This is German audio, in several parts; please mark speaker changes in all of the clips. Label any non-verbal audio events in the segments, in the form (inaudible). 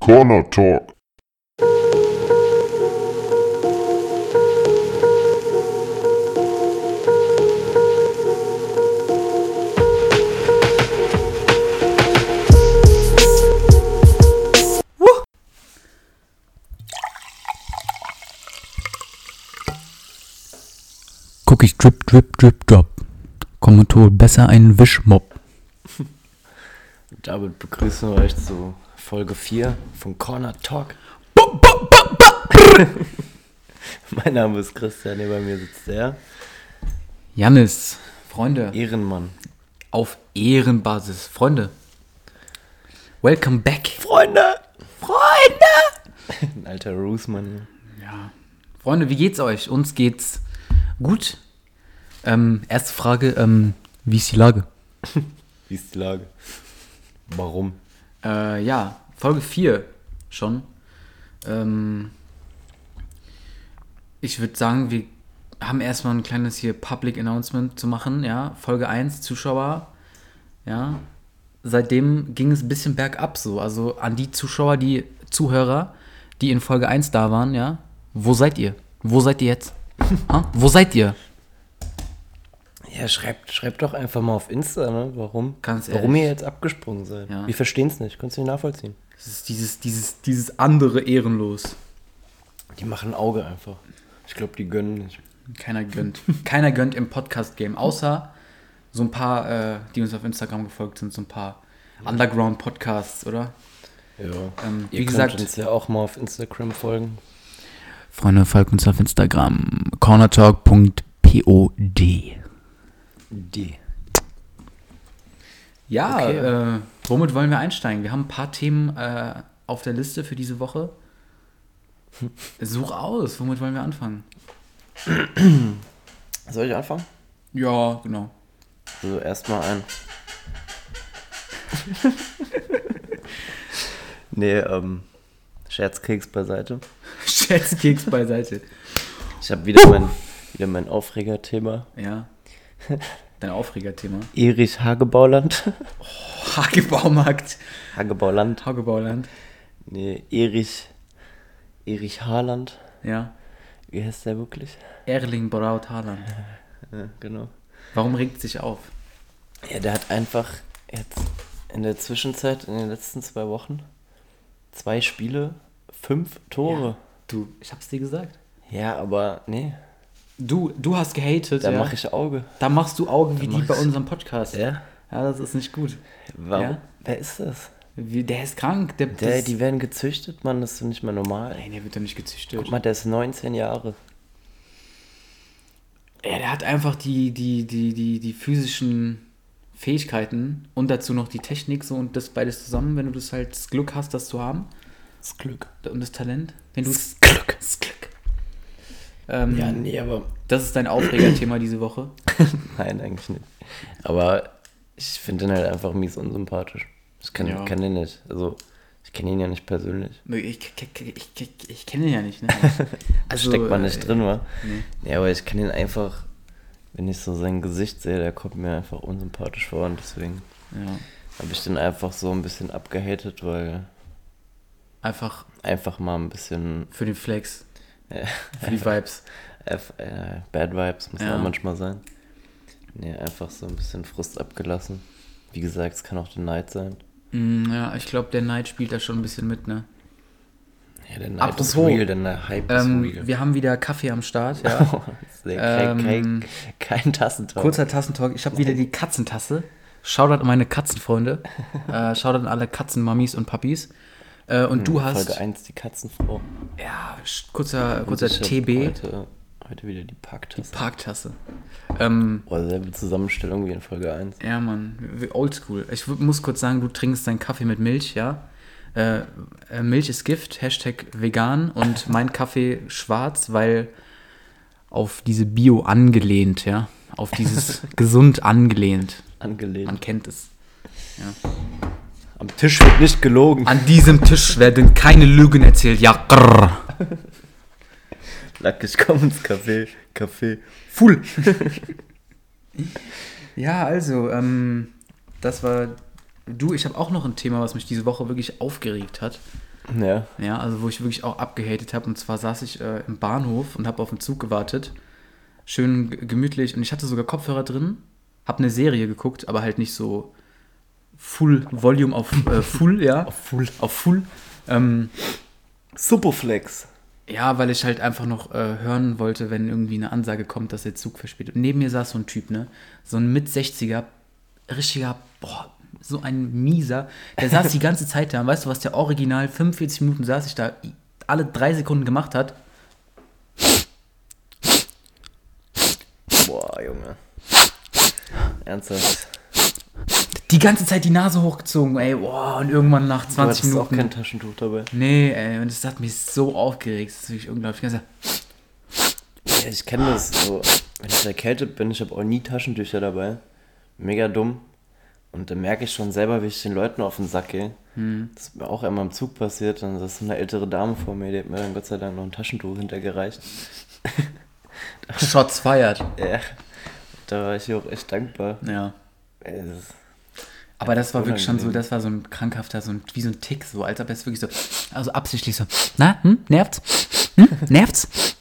Speaker 1: Corner Talk.
Speaker 2: Guck ich drip, drip, drip, drop. Kommentator, besser einen Wischmob.
Speaker 3: Damit begrüßen wir euch zu Folge 4 von Corner Talk. (laughs) mein Name ist Christian, hier bei mir sitzt der
Speaker 2: Jannis, Freunde,
Speaker 3: Ehrenmann.
Speaker 2: auf Ehrenbasis, Freunde. Welcome back.
Speaker 3: Freunde!
Speaker 2: Freunde!
Speaker 3: Ein alter Roosmann.
Speaker 2: Freunde, wie geht's euch? Uns geht's gut. Ähm, erste Frage, ähm, wie ist die Lage?
Speaker 3: Wie ist die Lage? Warum?
Speaker 2: Äh, ja, Folge 4 schon. Ähm, ich würde sagen, wir haben erstmal ein kleines hier Public Announcement zu machen, ja. Folge 1, Zuschauer, ja. Seitdem ging es ein bisschen bergab so. Also an die Zuschauer, die Zuhörer, die in Folge 1 da waren, ja. Wo seid ihr? Wo seid ihr jetzt? (laughs) Ha? Wo seid ihr?
Speaker 3: Ja, schreibt, schreibt doch einfach mal auf Insta, ne? Warum?
Speaker 2: Ganz
Speaker 3: Warum
Speaker 2: ehrlich.
Speaker 3: ihr jetzt abgesprungen seid.
Speaker 2: Ja.
Speaker 3: Wir verstehen es nicht, könnt ihr nicht nachvollziehen.
Speaker 2: Das ist dieses, dieses, dieses andere ehrenlos.
Speaker 3: Die machen ein Auge einfach. Ich glaube, die gönnen nicht.
Speaker 2: Keiner gönnt. Keiner gönnt im Podcast-Game, außer so ein paar, äh, die uns auf Instagram gefolgt sind, so ein paar Underground-Podcasts, oder?
Speaker 3: Ja.
Speaker 2: Ähm,
Speaker 3: ihr
Speaker 2: wie
Speaker 3: könnt
Speaker 2: gesagt-
Speaker 3: uns ja auch mal auf Instagram folgen.
Speaker 2: Freunde, folgt uns auf Instagram. cornertalk.pod
Speaker 3: Die.
Speaker 2: Ja,
Speaker 3: Okay.
Speaker 2: äh, womit wollen wir einsteigen? Wir haben ein paar Themen äh, auf der Liste für diese Woche. Such aus, womit wollen wir anfangen?
Speaker 3: Soll ich anfangen?
Speaker 2: Ja, genau. (laughs)
Speaker 3: Also erstmal ein. (laughs) nee, ähm, Scherzkeks beiseite.
Speaker 2: Schätzkeks beiseite.
Speaker 3: Ich habe wieder mein, wieder mein Aufregerthema.
Speaker 2: Ja. Dein Aufregerthema.
Speaker 3: Erich Hagebauland. (laughs)
Speaker 2: Hagebaumarkt.
Speaker 3: Hagebauland.
Speaker 2: Hagebauland.
Speaker 3: Nee, Erich. Erich Haaland.
Speaker 2: Ja.
Speaker 3: Wie heißt der wirklich?
Speaker 2: Erling Braut Haaland.
Speaker 3: Ja, genau.
Speaker 2: Warum regt sich auf?
Speaker 3: Ja, der hat einfach jetzt in der Zwischenzeit, in den letzten zwei Wochen, zwei Spiele, fünf Tore.
Speaker 2: Du, ich hab's dir gesagt.
Speaker 3: Ja, aber nee,
Speaker 2: Du, du hast gehatet.
Speaker 3: da
Speaker 2: ja.
Speaker 3: mache ich Auge.
Speaker 2: da machst du Augen wie
Speaker 3: Da
Speaker 2: die
Speaker 3: mach
Speaker 2: bei
Speaker 3: ich-
Speaker 2: unserem Podcast.
Speaker 3: Ja?
Speaker 2: Ja, das ist nicht gut.
Speaker 3: Warum?
Speaker 2: Ja.
Speaker 3: Wer ist das?
Speaker 2: Wie, der ist krank. Der,
Speaker 3: Der,
Speaker 2: das,
Speaker 3: die werden gezüchtet, Mann, das ist doch nicht mehr normal.
Speaker 2: nein, der wird doch nicht gezüchtet.
Speaker 3: Guck mal, der ist 19 Jahre.
Speaker 2: Ja, der hat einfach die, die, die, die, die physischen Fähigkeiten und dazu noch die Technik so und das beides zusammen, wenn du das halt das Glück hast, das zu haben
Speaker 3: Das Glück.
Speaker 2: und das Talent. Wenn du das
Speaker 3: Glück.
Speaker 2: Glück. Ähm,
Speaker 3: Ja, nee, aber.
Speaker 2: Das ist dein Aufregerthema diese Woche.
Speaker 3: Nein, eigentlich nicht. Aber ich finde den halt einfach mies unsympathisch. Ich kann,
Speaker 2: Ja.
Speaker 3: kann den nicht. Also, ich kenne ihn ja nicht persönlich.
Speaker 2: Ich, ich, ich, ich, ich kenne ihn ja
Speaker 3: (laughs)
Speaker 2: nicht. Ne?
Speaker 3: Also, Steckt man nicht
Speaker 2: äh,
Speaker 3: drin, wa?
Speaker 2: nee.
Speaker 3: Nee, aber ich kann ihn einfach, wenn ich so sein Gesicht sehe, der kommt mir einfach unsympathisch vor und deswegen
Speaker 2: äh, Ja.
Speaker 3: habe ich den einfach so ein bisschen abgehatet, weil
Speaker 2: Einfach
Speaker 3: einfach mal ein bisschen
Speaker 2: für den Flex,
Speaker 3: Ja.
Speaker 2: für die Vibes.
Speaker 3: F äh, Bad Vibes müssen
Speaker 2: Ja.
Speaker 3: auch manchmal sein. Nee, einfach so ein bisschen Frust abgelassen. Wie gesagt, es kann auch der Neid sein.
Speaker 2: Mm, ja, ich glaube, der Neid spielt da schon ein bisschen mit, ne?
Speaker 3: Ja, der Neid ist
Speaker 2: Apropos,
Speaker 3: real, der Hype ist Oh.
Speaker 2: Ähm,
Speaker 3: real.
Speaker 2: wir haben wieder Kaffee am Start, ja.
Speaker 3: (laughs) Sehr- kein,
Speaker 2: ähm,
Speaker 3: kein, kein Tassentalk.
Speaker 2: Kurzer Tassentalk. Ich habe wieder die Katzentasse. Shoutout an
Speaker 3: (laughs)
Speaker 2: meine Katzenfreunde. äh, Shoutout an alle Katzenmammis und Papis. Äh,
Speaker 3: Hm,
Speaker 2: und du hast.
Speaker 3: Folge 1, die Katzenfrau.
Speaker 2: Ja, sch- kurzer, kurzer
Speaker 3: Und ich hab
Speaker 2: TB.
Speaker 3: Heute, heute wieder die Packtasse.
Speaker 2: Parktasse. Ähm,
Speaker 3: Boah, selbe Zusammenstellung wie in Folge 1.
Speaker 2: Ja, Mann, wie oldschool. Ich w- muss kurz sagen, du trinkst deinen Kaffee mit Milch, ja? Äh, äh, Milch ist Gift, Hashtag vegan und mein Kaffee schwarz, weil auf diese Bio angelehnt, ja? Auf dieses (laughs) gesund angelehnt.
Speaker 3: Angelehnt.
Speaker 2: Man kennt es.
Speaker 3: Am Tisch wird nicht gelogen.
Speaker 2: (laughs) An diesem Tisch werden keine Lügen erzählt, ja? Grrr.
Speaker 3: Lack, ich komm ins Café. Café. Full.
Speaker 2: Ja, also, ähm, das war. Du, ich habe auch noch ein Thema, was mich diese Woche wirklich aufgeregt hat.
Speaker 3: Ja.
Speaker 2: Ja, also wo ich wirklich auch abgehatet habe. Und zwar saß ich äh, im Bahnhof und habe auf den Zug gewartet. Schön g- gemütlich. Und ich hatte sogar Kopfhörer drin, habe eine Serie geguckt, aber halt nicht so Full Volume auf äh, Full, ja. Auf Full. Auf Full. Ähm,
Speaker 3: Superflex.
Speaker 2: ja, weil ich halt einfach noch äh, hören wollte, wenn irgendwie eine Ansage kommt, dass der Zug verspätet. Und neben mir saß so ein Typ, ne? So ein Mit-60er, richtiger, boah, so ein mieser. Der saß die ganze Zeit da. Und weißt du, was der original 45 Minuten saß ich da, i- alle drei Sekunden gemacht hat?
Speaker 3: Boah, Junge. Ernsthaft.
Speaker 2: Die ganze Zeit die Nase hochgezogen, ey, boah, und irgendwann nach
Speaker 3: Du
Speaker 2: 20
Speaker 3: hattest auch
Speaker 2: Minuten.
Speaker 3: kein Taschentuch dabei.
Speaker 2: nee, ey, und das hat mich so aufgeregt. Das ist wirklich unglaublich. Ich hab gesagt,
Speaker 3: (laughs) Ja, ich kenne das so. Wenn ich erkältet bin, ich habe auch nie Taschentücher dabei. Mega dumm. Und dann merke ich schon selber, wie ich den Leuten auf den Sack gehe. Das ist mir auch einmal im Zug passiert. Dann saß so eine ältere Dame vor mir, die hat mir dann Gott sei Dank noch ein Taschentuch hintergereicht.
Speaker 2: Shots fired.
Speaker 3: Ja, da war ich ihr auch echt dankbar.
Speaker 2: Ja.
Speaker 3: Ey, das ist-
Speaker 2: Aber das war wirklich schon so, das war so ein krankhafter, so ein, wie so ein Tick, so als ob er es wirklich so, also absichtlich so, na, hm, nervt's? Hm, nervt's?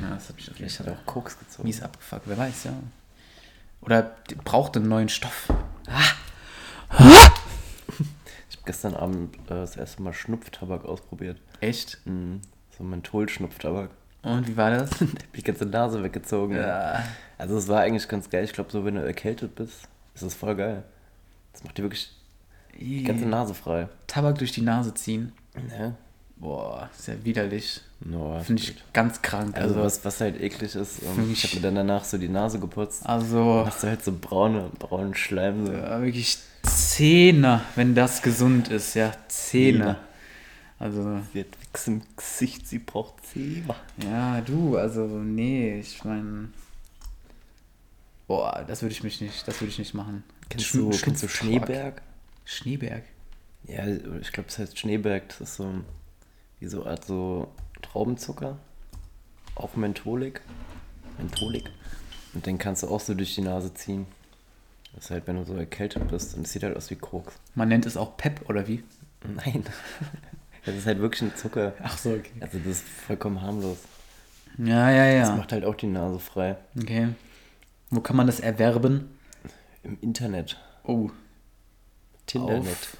Speaker 2: Ja, das hat mich auf jeden
Speaker 3: Ich hatte
Speaker 2: Fall
Speaker 3: auch Koks gezogen.
Speaker 2: mies abgefuckt, wer weiß, ja. Oder die- braucht einen neuen Stoff.
Speaker 3: Ich habe gestern Abend äh, das erste Mal Schnupftabak ausprobiert.
Speaker 2: Echt?
Speaker 3: Mhm. So Menthol-Schnupftabak.
Speaker 2: Und wie war das?
Speaker 3: Da hab ich die ganze Nase weggezogen. ey. Also es war eigentlich ganz geil. Ich glaube, so wenn du erkältet bist, ist das voll geil. Das macht dir wirklich die ganze Nase frei.
Speaker 2: Tabak durch die Nase ziehen.
Speaker 3: Ne?
Speaker 2: Boah, sehr widerlich.
Speaker 3: No,
Speaker 2: Finde ich ganz krank.
Speaker 3: also
Speaker 2: Also,
Speaker 3: was, was halt eklig ist, ähm,
Speaker 2: Finde
Speaker 3: ich
Speaker 2: ich-
Speaker 3: habe mir dann danach so die Nase geputzt.
Speaker 2: also
Speaker 3: Hast du halt so braune, braunen Schleim. So.
Speaker 2: Ja, wirklich Zehner, wenn das gesund ist, ja, Zehner.
Speaker 3: Ja.
Speaker 2: Also,
Speaker 3: Wird Wichs im Gesicht, sie braucht Zimmer.
Speaker 2: ja, du, also, nee, ich meine. Boah, das würde ich mich nicht, das würde ich nicht machen.
Speaker 3: Kennst
Speaker 2: Schm-
Speaker 3: du, kennst du
Speaker 2: Schnupftabak.
Speaker 3: Schneeberg?
Speaker 2: Schneeberg.
Speaker 3: Ja, ich glaube, es heißt Schneeberg. Das ist so wie so Art so Traubenzucker. Auch Mentholik. Mentholik. Und den kannst du auch so durch die Nase ziehen. Das ist halt, wenn du so erkältet bist. Und es sieht halt aus wie Koks.
Speaker 2: Man nennt es auch Pep, oder wie?
Speaker 3: Nein. (laughs) Das ist halt wirklich ein Zucker.
Speaker 2: Ach so, okay.
Speaker 3: Also das ist vollkommen harmlos.
Speaker 2: Ja, ja,
Speaker 3: Das
Speaker 2: ja.
Speaker 3: macht halt auch die Nase frei.
Speaker 2: Okay. Wo kann man das erwerben?
Speaker 3: Im Internet.
Speaker 2: Oh,
Speaker 3: Tindernet.
Speaker 2: auf.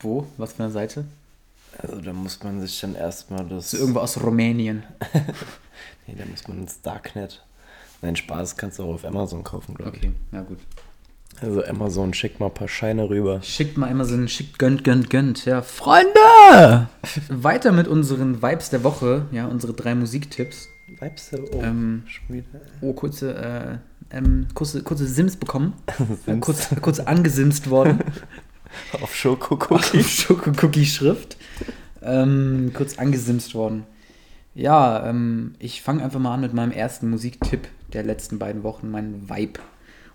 Speaker 2: Wo? Was für eine Seite?
Speaker 3: Also da muss man sich dann erstmal das...
Speaker 2: So irgendwo aus Rumänien.
Speaker 3: nee, da muss man ins Darknet. Nein, Spaß kannst du auch auf Amazon kaufen, glaube ich.
Speaker 2: Okay, na gut.
Speaker 3: Also Amazon, schick mal ein paar Scheine rüber.
Speaker 2: Schickt mal immer so einen schickt, gönnt, gönnt, gönnt. Ja, Freunde! (laughs) Weiter mit unseren Vibes der Woche, ja, unsere drei Musiktipps.
Speaker 3: Weibst du? Oh,
Speaker 2: Ähm,
Speaker 3: schon wieder.
Speaker 2: oh, kurze, äh, ähm, kurze, kurze Sims bekommen. Äh,
Speaker 3: Sims.
Speaker 2: kurz, kurz angesimst worden.
Speaker 3: Auf
Speaker 2: (laughs)
Speaker 3: Schokokookie.
Speaker 2: Schoko-Cookie-Schrift. Ähm, kurz angesimst worden. Ja, ähm, ich fange einfach mal an mit meinem ersten Musiktipp der letzten beiden Wochen, mein Vibe.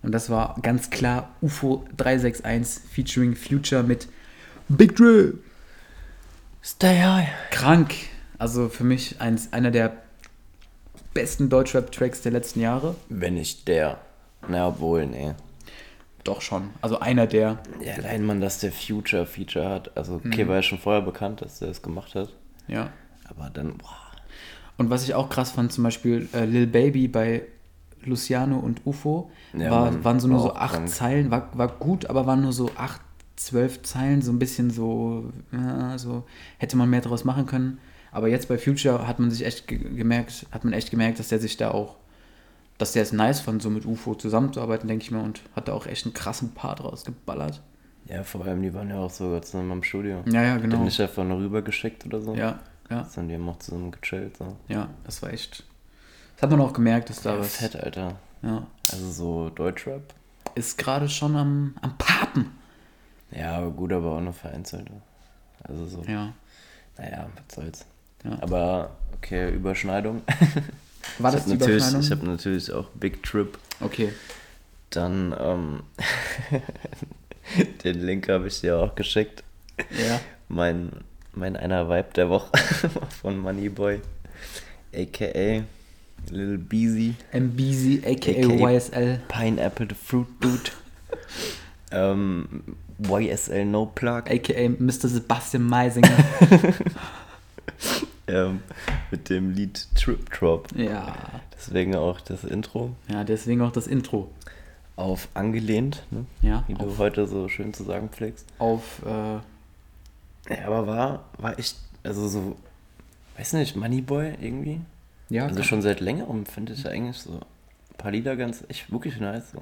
Speaker 2: Und das war ganz klar UFO 361 featuring Future mit Big Drill.
Speaker 3: Stay high.
Speaker 2: krank. Also für mich eins, einer der besten Deutschrap-Tracks der letzten Jahre.
Speaker 3: Wenn nicht der. Na, obwohl, nee.
Speaker 2: Doch schon. Also einer der.
Speaker 3: Ja, allein man, dass der Future-Feature hat. Also,
Speaker 2: Mhm.
Speaker 3: okay, war ja schon vorher bekannt, dass der das gemacht hat.
Speaker 2: Ja.
Speaker 3: Aber dann, boah.
Speaker 2: Und was ich auch krass fand, zum Beispiel äh, Lil Baby bei Luciano und UFO,
Speaker 3: Ja,
Speaker 2: war,
Speaker 3: Mann,
Speaker 2: waren so nur
Speaker 3: war
Speaker 2: so
Speaker 3: auch
Speaker 2: acht
Speaker 3: krank.
Speaker 2: Zeilen, war, war gut, aber waren nur so acht, zwölf Zeilen, so ein bisschen so, äh, so hätte man mehr draus machen können. Aber jetzt bei Future hat man sich echt ge gemerkt, hat man echt gemerkt, dass der sich da auch, dass der es nice fand, so mit UFO zusammenzuarbeiten, denke ich mir, und hat da auch echt einen krassen Part rausgeballert.
Speaker 3: Ja, vor allem, die waren ja auch sogar zusammen im Studio.
Speaker 2: Ja, ja, genau.
Speaker 3: Den nicht einfach nur rübergeschickt oder so.
Speaker 2: Ja, ja,
Speaker 3: Sondern die haben auch zusammen gechillt. So.
Speaker 2: ja, das war echt. Das hat man auch gemerkt, dass da
Speaker 3: Aber
Speaker 2: was.
Speaker 3: fett, Alter.
Speaker 2: Ja.
Speaker 3: Also, so Deutschrap.
Speaker 2: Ist gerade schon am, am Papen.
Speaker 3: Ja, aber gut, aber auch nur vereinzelt. Also, so,
Speaker 2: Ja.
Speaker 3: naja, was soll's.
Speaker 2: Ja.
Speaker 3: Aber, okay, Überschneidung.
Speaker 2: War
Speaker 3: Ich
Speaker 2: das
Speaker 3: hab
Speaker 2: die
Speaker 3: natürlich,
Speaker 2: Überschneidung?
Speaker 3: Ich habe natürlich auch Big Trip.
Speaker 2: okay.
Speaker 3: Dann, ähm, (laughs) den Link habe ich dir auch geschickt.
Speaker 2: Ja.
Speaker 3: Mein, mein einer Vibe der Woche (laughs) von Moneyboy, a.k.a. Little Beezy,
Speaker 2: MBZ, aka
Speaker 3: AKA.
Speaker 2: YSL. (laughs)
Speaker 3: Pineapple the Fruit Dude. ähm, YSL No Plug.
Speaker 2: aka Mr. Sebastian Meisinger.
Speaker 3: Ähm, mit dem Lied Trip Drop.
Speaker 2: (laughs) ja.
Speaker 3: Deswegen auch das Intro.
Speaker 2: Ja, deswegen auch das Intro.
Speaker 3: Auf angelehnt, ne?
Speaker 2: Ja,
Speaker 3: wie du
Speaker 2: auf,
Speaker 3: heute so schön zu sagen pflegst.
Speaker 2: auf äh,
Speaker 3: Ja, aber war, war echt, also so, weiß nicht, Moneyboy irgendwie.
Speaker 2: ja,
Speaker 3: Also
Speaker 2: komm.
Speaker 3: schon seit längerem finde ich eigentlich so ein paar Lieder ganz, echt wirklich nice so.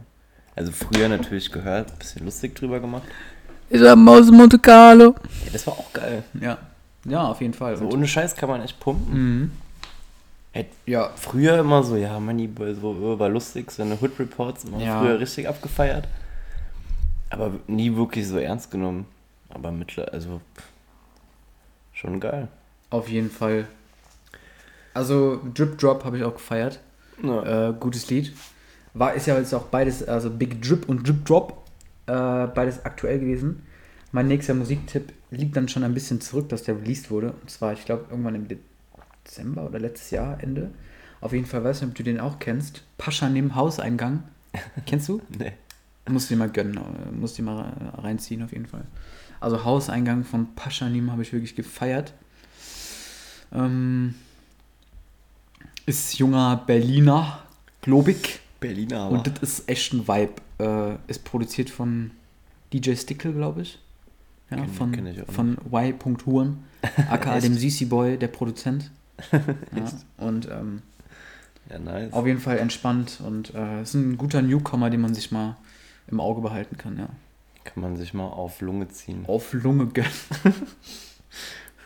Speaker 3: Also früher natürlich gehört, bisschen lustig drüber gemacht.
Speaker 2: Ich hab Maus Monte Carlo.
Speaker 3: Ja, das war auch geil.
Speaker 2: Ja. Ja, auf jeden Fall.
Speaker 3: Also
Speaker 2: Und-
Speaker 3: ohne Scheiß kann man echt pumpen.
Speaker 2: Mhm.
Speaker 3: Ey,
Speaker 2: Ja,
Speaker 3: Früher immer so, ja, Moneyboy so, äh, war lustig, seine Hood Reports immer
Speaker 2: Ja.
Speaker 3: früher richtig abgefeiert. Aber nie wirklich so ernst genommen. Aber mittlerweile, also pff, schon geil.
Speaker 2: auf jeden Fall. Also Drip Drop habe ich auch gefeiert.
Speaker 3: Ja.
Speaker 2: Äh, gutes Lied. War, ist ja jetzt auch beides, also Big Drip und Drip Drop, äh, beides aktuell gewesen. Mein nächster Musiktipp liegt dann schon ein bisschen zurück, dass der released wurde. Und zwar, ich glaube, irgendwann im Dezember oder letztes Jahr, Ende. Auf jeden Fall weiß nicht, ob du den auch kennst. Pascha neben Hauseingang. Kennst du?
Speaker 3: Nee.
Speaker 2: Musst du dir mal gönnen, äh, musst du dir mal äh, reinziehen auf jeden Fall. Also Hauseingang von Paschanim habe ich wirklich gefeiert. Ähm, ist junger Berliner, globig.
Speaker 3: Berliner aber.
Speaker 2: Und das ist echt ein Vibe. Äh, ist produziert von DJ Stickle, glaube ich. Ja,
Speaker 3: Kenn-
Speaker 2: von,
Speaker 3: kenn ich auch
Speaker 2: von
Speaker 3: (laughs)
Speaker 2: Y.Huren, aka
Speaker 3: Echt?
Speaker 2: dem CC Boy,
Speaker 3: (laughs)
Speaker 2: der Produzent. Ja, und ähm,
Speaker 3: ja, nice.
Speaker 2: auf jeden Fall entspannt und äh, ist ein guter Newcomer, den man sich mal im Auge behalten kann, ja.
Speaker 3: Kann man sich mal auf Lunge ziehen.
Speaker 2: Auf Lunge gönnen.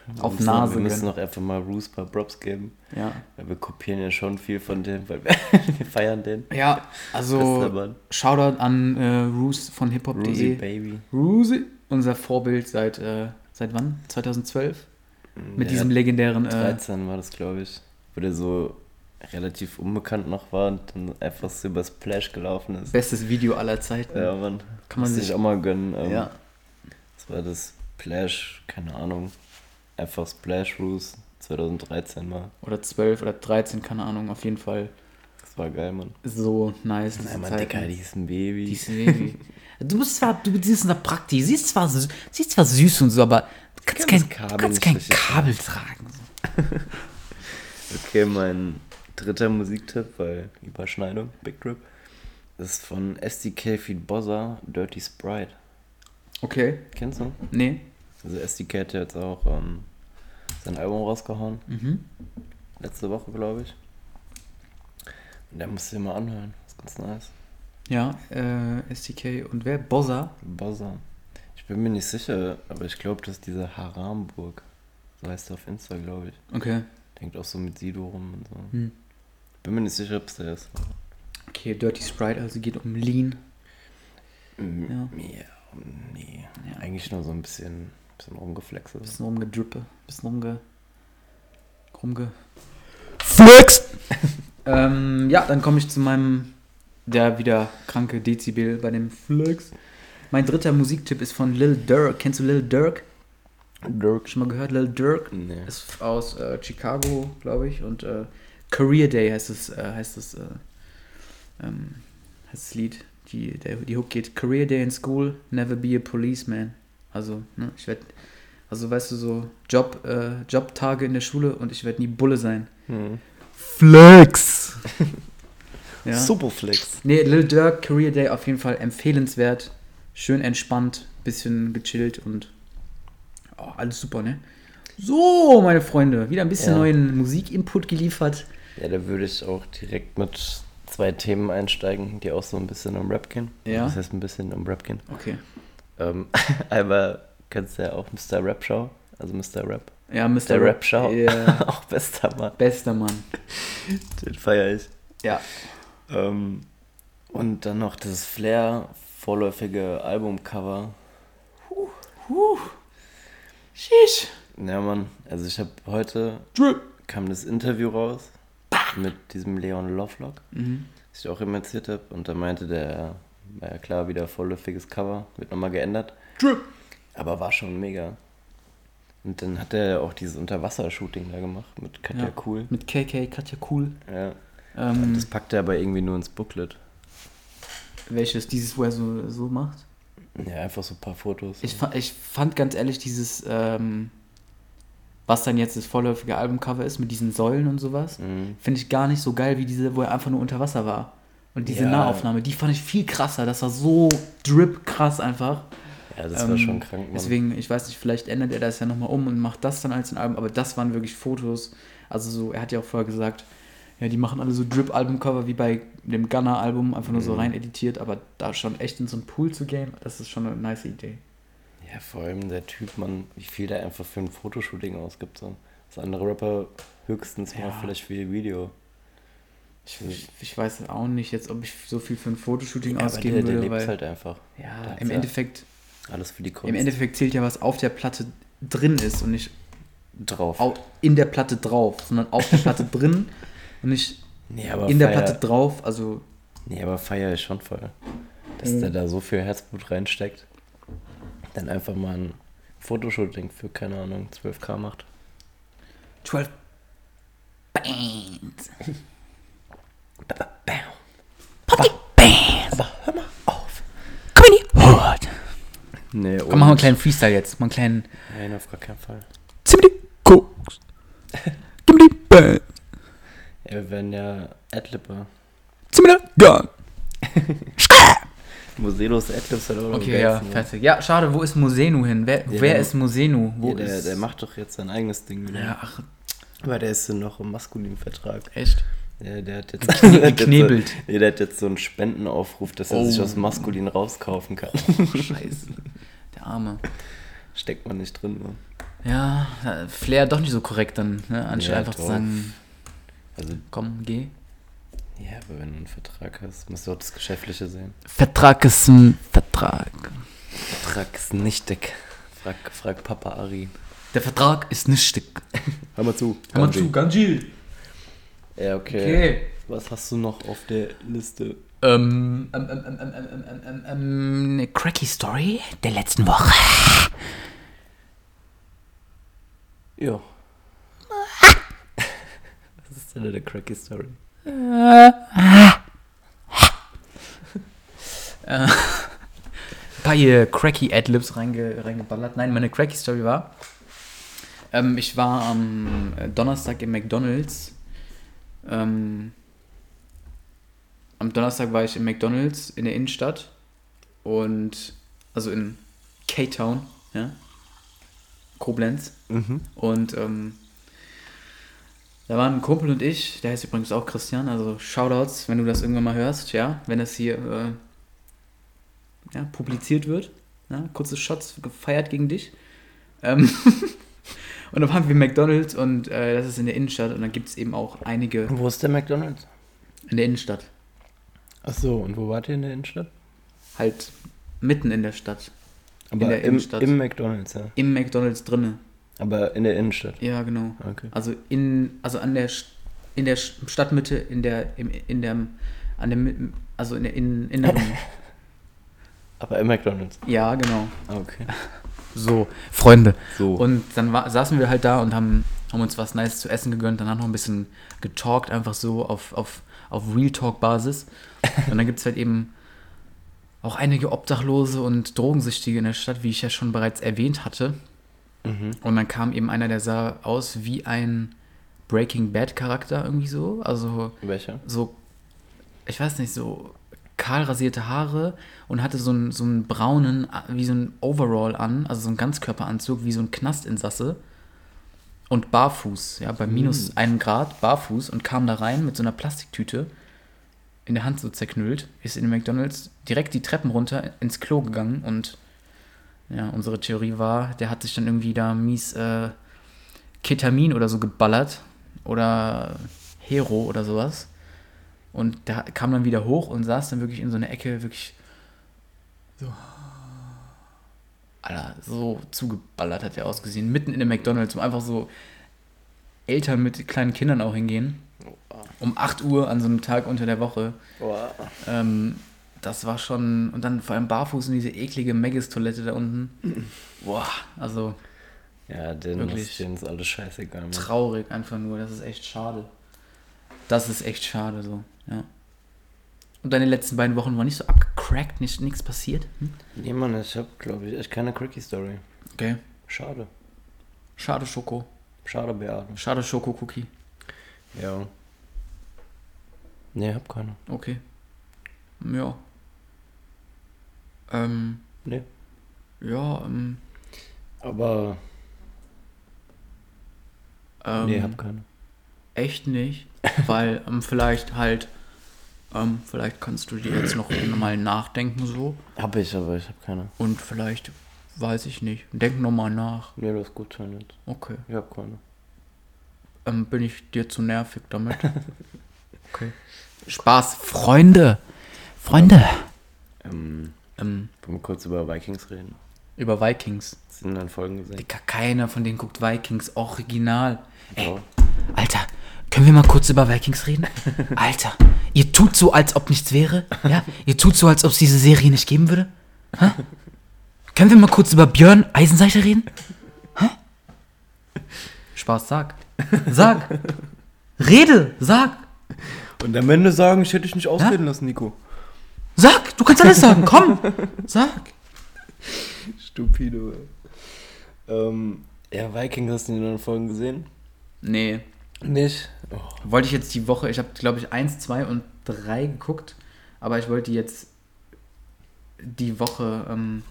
Speaker 3: Wir
Speaker 2: auf
Speaker 3: müssen-
Speaker 2: Nase
Speaker 3: Wir müssen
Speaker 2: gönnen.
Speaker 3: noch einfach mal Roos paar Props geben.
Speaker 2: Ja.
Speaker 3: Weil wir kopieren ja schon viel von dem, weil wir, (laughs) wir feiern den.
Speaker 2: ja,
Speaker 3: Bester
Speaker 2: also
Speaker 3: Mann.
Speaker 2: Shoutout an äh, Roos von
Speaker 3: Roosie
Speaker 2: hiphop.de.
Speaker 3: Baby.
Speaker 2: Roosie, unser Vorbild seit, äh, seit wann? 2012? Mit
Speaker 3: Ja,
Speaker 2: diesem legendären... Äh,
Speaker 3: 13 war das, glaube ich. Wo der so relativ unbekannt noch war und dann einfach so über Splash gelaufen ist.
Speaker 2: bestes Video aller Zeiten.
Speaker 3: Ja, man.
Speaker 2: Kann man sich...
Speaker 3: auch mal gönnen. ähm,
Speaker 2: Ja,
Speaker 3: Das war das Splash, keine Ahnung. Einfach Splash Rules 2013 mal.
Speaker 2: oder 12 oder 13, keine Ahnung, auf jeden Fall.
Speaker 3: Das war geil, Mann.
Speaker 2: So nice. diese
Speaker 3: Nein, Mann,
Speaker 2: Zeiten.
Speaker 3: Dicker, die ist ein Baby.
Speaker 2: halt Die
Speaker 3: (laughs)
Speaker 2: ist irgendwie- Du bist zwar, du siehst nach Praktik, siehst zwar, sü- siehst zwar süß und so, aber du
Speaker 3: kann
Speaker 2: kannst kein
Speaker 3: das Kabel
Speaker 2: kannst
Speaker 3: nicht
Speaker 2: kein
Speaker 3: richtig-
Speaker 2: Kabel tragen. So.
Speaker 3: Okay, mein dritter Musiktipp, weil Überschneidung, Big Trip, ist von SDK Feed Bozza, Dirty Sprite.
Speaker 2: Okay.
Speaker 3: Kennst du?
Speaker 2: Nee.
Speaker 3: Also SDK hat ja jetzt auch ähm, sein Album rausgehauen.
Speaker 2: Mhm.
Speaker 3: Letzte Woche, glaube ich. Und der musst du dir mal anhören. Das ist ganz nice.
Speaker 2: Ja, äh, SDK und wer? Bozza?
Speaker 3: Bozza. Ich bin mir nicht sicher, aber ich glaube, dass diese Haramburg, so heißt er auf Insta, glaube ich.
Speaker 2: Okay.
Speaker 3: Denkt auch so mit Sido rum und so.
Speaker 2: Hm.
Speaker 3: Bin mir nicht sicher, ob es der ist.
Speaker 2: Okay, Dirty Sprite, also geht um Lean.
Speaker 3: Ja. ja. Nee.
Speaker 2: Ja.
Speaker 3: Eigentlich nur so ein bisschen, bisschen rumgeflext. ist.
Speaker 2: Bisschen rumgedrippe, bisschen rumge. rumge. Flex! ähm, ja, dann komme ich zu meinem. Der wieder kranke Dezibel bei dem Flex. Mein dritter Musiktipp ist von Lil Durk. Kennst du Lil Durk?
Speaker 3: Dirk.
Speaker 2: Schon mal gehört, Lil Durk?
Speaker 3: Nee.
Speaker 2: Ist aus äh, Chicago, glaube ich. Und äh, Career Day heißt es, äh, heißt es, äh, ähm, heißt das Lied. Die, der, die Hook geht Career Day in School, never be a policeman. Also, ne, ich werde, also weißt du so, Job, äh, Jobtage in der Schule und ich werde nie Bulle sein.
Speaker 3: Hm.
Speaker 2: Flex! ja.
Speaker 3: Superflex.
Speaker 2: Nee, Lil Durk, Career Day auf jeden Fall empfehlenswert. Schön entspannt, bisschen gechillt und oh, alles super, ne? So, meine Freunde, wieder ein bisschen
Speaker 3: Ja.
Speaker 2: neuen Musikinput geliefert.
Speaker 3: Ja, da würde ich auch direkt mit zwei Themen einsteigen, die auch so ein bisschen um Rap gehen.
Speaker 2: Ja.
Speaker 3: Das heißt ein bisschen um Rap gehen.
Speaker 2: Okay.
Speaker 3: Ähm, (laughs) einmal kennst du ja auch Mr. Rap Show, also Mr. Rap. (laughs)
Speaker 2: Ja, Mr.
Speaker 3: Der Rap Show. (laughs)
Speaker 2: Ja,
Speaker 3: auch bester Mann,
Speaker 2: bester Mann.
Speaker 3: den feier ich.
Speaker 2: Ja.
Speaker 3: Ähm, und dann noch das Flair vorläufige Albumcover.
Speaker 2: Sheesh.
Speaker 3: Ja, Mann, also ich habe heute
Speaker 2: Drip.
Speaker 3: kam das Interview raus mit diesem Leon Lovelock,
Speaker 2: Mhm.
Speaker 3: das ich auch immer erzählt habe. Und da meinte der, war ja klar, wieder vorläufiges Cover, wird nochmal geändert.
Speaker 2: Drip.
Speaker 3: Aber war schon mega. Und dann hat er ja auch dieses Unterwassershooting da gemacht mit Katja
Speaker 2: Ja.
Speaker 3: Cool.
Speaker 2: Mit KK, Katja Cool.
Speaker 3: Ja.
Speaker 2: Ähm,
Speaker 3: Das packt er aber irgendwie nur ins Booklet.
Speaker 2: welches dieses, wo er so, so macht.
Speaker 3: Ja, einfach so ein paar Fotos.
Speaker 2: Ich, fa- ich fand ganz ehrlich dieses, ähm, was dann jetzt das vorläufige Albumcover ist, mit diesen Säulen und sowas,
Speaker 3: Mhm.
Speaker 2: finde ich gar nicht so geil wie diese, wo er einfach nur unter Wasser war. Und diese
Speaker 3: Ja.
Speaker 2: Nahaufnahme, die fand ich viel krasser. Das war so drip krass einfach.
Speaker 3: Ja, das war
Speaker 2: Ähm,
Speaker 3: schon krank, Mann.
Speaker 2: Deswegen, ich weiß nicht, vielleicht ändert er das ja nochmal um und macht das dann als ein Album, aber das waren wirklich Fotos. Also so, er hat ja auch vorher gesagt, ja, die machen alle so Drip-Album-Cover wie bei dem Gunner-Album, einfach nur
Speaker 3: Mhm.
Speaker 2: so rein editiert, aber da schon echt in so einen Pool zu gehen, das ist schon eine nice Idee.
Speaker 3: Ja, vor allem der Typ, Mann, wie viel der einfach für ein Fotoshooting ausgibt. So. Das andere Rapper höchstens mal
Speaker 2: Ja.
Speaker 3: vielleicht für ihr Video.
Speaker 2: Ich,
Speaker 3: Mhm.
Speaker 2: ich, ich weiß auch nicht jetzt, ob ich so viel für ein Fotoshooting
Speaker 3: Aber
Speaker 2: ausgeben
Speaker 3: der, der
Speaker 2: würde,
Speaker 3: lebt
Speaker 2: weil
Speaker 3: halt einfach. Der
Speaker 2: ja,
Speaker 3: hat's
Speaker 2: im Endeffekt,
Speaker 3: Alles für die Kunst
Speaker 2: im Endeffekt zählt ja, was auf der Platte drin ist und nicht
Speaker 3: drauf.
Speaker 2: au- in der Platte drauf, sondern auf
Speaker 3: (laughs)
Speaker 2: der Platte drin und nicht
Speaker 3: Nee, aber
Speaker 2: in der
Speaker 3: feier-
Speaker 2: Platte drauf, also
Speaker 3: Nee, aber feier ich schon voll. Dass
Speaker 2: Mhm.
Speaker 3: der da so viel Herzblut reinsteckt. Dann einfach mal ein Fotoshooting für, keine Ahnung, 12k macht.
Speaker 2: 12 Bands.
Speaker 3: Bam.
Speaker 2: Komm in die Hut.
Speaker 3: Nee,
Speaker 2: Komm, mach mal einen kleinen Freestyle jetzt. Mal einen kleinen
Speaker 3: Nein, auf gar keinen Fall.
Speaker 2: Zibbidi Koks. Gib mir die Band.
Speaker 3: Ja, wir werden ja Adlipper.
Speaker 2: Zieh mir die Gun.
Speaker 3: Muselos Adlips hat auch noch einen
Speaker 2: Okay,
Speaker 3: ne?
Speaker 2: ja,
Speaker 3: geilsten, Mann.
Speaker 2: fertig. Ja, schade, wo ist Mosenu hin? Wer,
Speaker 3: Ja,
Speaker 2: wer
Speaker 3: der-
Speaker 2: ist Mosenu? Wo
Speaker 3: Ja, der,
Speaker 2: ist...
Speaker 3: der macht doch jetzt sein eigenes Ding wieder.
Speaker 2: Ja, ach,
Speaker 3: Aber der ist ja noch im maskulinen Vertrag. (laughs)
Speaker 2: echt?
Speaker 3: Der, der hat jetzt. (laughs)
Speaker 2: (laughs)
Speaker 3: der hat jetzt
Speaker 2: geknebelt.
Speaker 3: So, nee, der hat jetzt so einen Spendenaufruf, dass er
Speaker 2: Oh.
Speaker 3: sich aus maskulin rauskaufen kann.
Speaker 2: Scheiße. Der Arme.
Speaker 3: Steckt man nicht drin, ne?
Speaker 2: Ja, äh, Flair doch nicht so korrekt dann, ne? anstatt
Speaker 3: Ja,
Speaker 2: einfach zu
Speaker 3: doch.
Speaker 2: sagen,
Speaker 3: Also,
Speaker 2: komm, geh.
Speaker 3: ja, aber wenn du einen Vertrag hast, musst du auch das Geschäftliche sehen.
Speaker 2: Vertrag ist ein Vertrag.
Speaker 3: Vertrag ist nicht dick. Frag, frag Papa Ari.
Speaker 2: Der Vertrag ist nicht stick.
Speaker 3: Hör mal zu.
Speaker 2: Hör mal zu, Ganji.
Speaker 3: Ja, okay.
Speaker 2: Okay.
Speaker 3: Was hast du noch auf der Liste?
Speaker 2: Ähm, ähm, ähm, ähm, ähm, ähm, ähm, ähm, ähm, eine cracky Story der letzten Woche.
Speaker 3: Ja. (laughs) Was ist denn eine cracky Story?
Speaker 2: Ein paar hier cracky Adlibs reinge, reingeballert. Nein, meine cracky Story war, ähm, ich war am äh, Donnerstag im McDonalds. Ähm, am Donnerstag war ich im McDonalds in der Innenstadt und also in K-Town, ja, Koblenz.
Speaker 3: Mhm.
Speaker 2: Und ähm, da waren ein Kumpel und ich, der heißt übrigens auch Christian, also Shoutouts, wenn du das irgendwann mal hörst, ja, wenn das hier äh, ja, publiziert wird. Ja, kurze Shots gefeiert gegen dich. Ähm, (laughs) und dann waren wir McDonalds und äh, das ist in der Innenstadt und dann gibt es eben auch einige
Speaker 3: Wo ist der McDonalds?
Speaker 2: in der Innenstadt.
Speaker 3: Ach so, und wo wart ihr in der Innenstadt?
Speaker 2: Halt mitten in der Stadt.
Speaker 3: Aber
Speaker 2: der
Speaker 3: im,
Speaker 2: Innenstadt.
Speaker 3: Im McDonalds, ja.
Speaker 2: Im McDonalds drinne.
Speaker 3: Aber in der Innenstadt.
Speaker 2: Ja, genau.
Speaker 3: Okay.
Speaker 2: Also in, also an der, St- in der St- Stadtmitte, in der, im, in der, an dem, also in der in, (laughs) Inneren.
Speaker 3: Aber im McDonalds.
Speaker 2: ja, genau.
Speaker 3: Ah, Okay.
Speaker 2: So, Freunde.
Speaker 3: So.
Speaker 2: Und dann wa- saßen wir halt da und haben, haben uns was Nices zu essen gegönnt, danach noch ein bisschen getalkt, einfach so auf, auf, auf Real Talk-Basis. Und dann gibt es halt eben auch einige Obdachlose und Drogensüchtige in der Stadt, wie ich ja schon bereits erwähnt hatte.
Speaker 3: mhm.
Speaker 2: Und dann kam eben einer, der sah aus wie ein Breaking Bad-Charakter irgendwie so. Also
Speaker 3: Welcher?
Speaker 2: so, ich weiß nicht, so kahl rasierte Haare und hatte so einen, so einen braunen, wie so einen Overall an, also so einen Ganzkörperanzug, wie so ein Knastinsasse. Und barfuß, ja, bei minus einem Grad, barfuß und kam da rein mit so einer Plastiktüte in der Hand so zerknüllt, ist in den McDonalds direkt die Treppen runter ins Klo gegangen und ja, unsere Theorie war, der hat sich dann irgendwie da mies äh, Ketamin oder so geballert oder Hero oder sowas. Und da kam dann wieder hoch und saß dann wirklich in so einer Ecke, wirklich so. Alter, so zugeballert hat er ausgesehen. Mitten in dem McDonalds, wo einfach so Eltern mit kleinen Kindern auch hingehen. Um 8 Uhr an so einem Tag unter der Woche. Ähm, das war schon. Und dann vor allem barfuß in diese eklige Megis-Toilette da unten. Boah, also
Speaker 3: Ja, denen
Speaker 2: Wirklich.
Speaker 3: ist, denen ist alles scheißegal. Mann.
Speaker 2: traurig einfach nur. Das ist echt schade. Das ist echt schade so, ja. Und deine letzten beiden Wochen waren nicht so abgecrackt gecrackt, nicht nichts passiert? Hm?
Speaker 3: Nee, Mann, ich habe, glaube ich, echt keine Cracky-Story.
Speaker 2: Okay.
Speaker 3: Schade.
Speaker 2: Schade Schoko.
Speaker 3: Schade, Beate.
Speaker 2: Schade Schoko-Cookie.
Speaker 3: Ja. Nee, hab keine.
Speaker 2: Okay. Ja. Ähm,
Speaker 3: Nee.
Speaker 2: ja, ähm,
Speaker 3: Aber.
Speaker 2: ähm
Speaker 3: nee, hab keine.
Speaker 2: echt nicht, weil ähm, vielleicht halt, ähm, vielleicht kannst du dir jetzt noch mal nachdenken so
Speaker 3: Hab ich, aber ich hab keine.
Speaker 2: und vielleicht, weiß ich nicht, denk nochmal nach.
Speaker 3: Nee, das ist gut sein jetzt.
Speaker 2: Okay,
Speaker 3: Ich hab keine.
Speaker 2: ähm, bin ich dir zu nervig damit? Okay. Spaß, Freunde, Freunde.
Speaker 3: Ähm,
Speaker 2: Ähm,
Speaker 3: wollen wir kurz über Vikings reden?
Speaker 2: über Vikings.
Speaker 3: Das sind dann Folgen gesehen.
Speaker 2: Dicker, keiner von denen guckt Vikings original. Ey,
Speaker 3: Ja.
Speaker 2: Alter, können wir mal kurz über Vikings reden? Alter, ihr tut so, als ob nichts wäre. Ja? Ihr tut so, als ob es diese Serie nicht geben würde. Hä? Können wir mal kurz über Björn Eisenseite reden? Hä? Spaß, sag. Sag. Rede, sag.
Speaker 3: Und am Ende sagen, ich hätte dich nicht ausreden lassen, Nico.
Speaker 2: Sag, du kannst alles sagen, komm. Sag.
Speaker 3: Stupido. ey. Ähm, ja, Vikings hast du die neuen Folgen gesehen?
Speaker 2: Nee,
Speaker 3: Nicht. Oh,
Speaker 2: wollte ich jetzt die Woche, ich habe glaube ich 1, 2 und 3 geguckt, aber ich wollte jetzt die Woche ähm,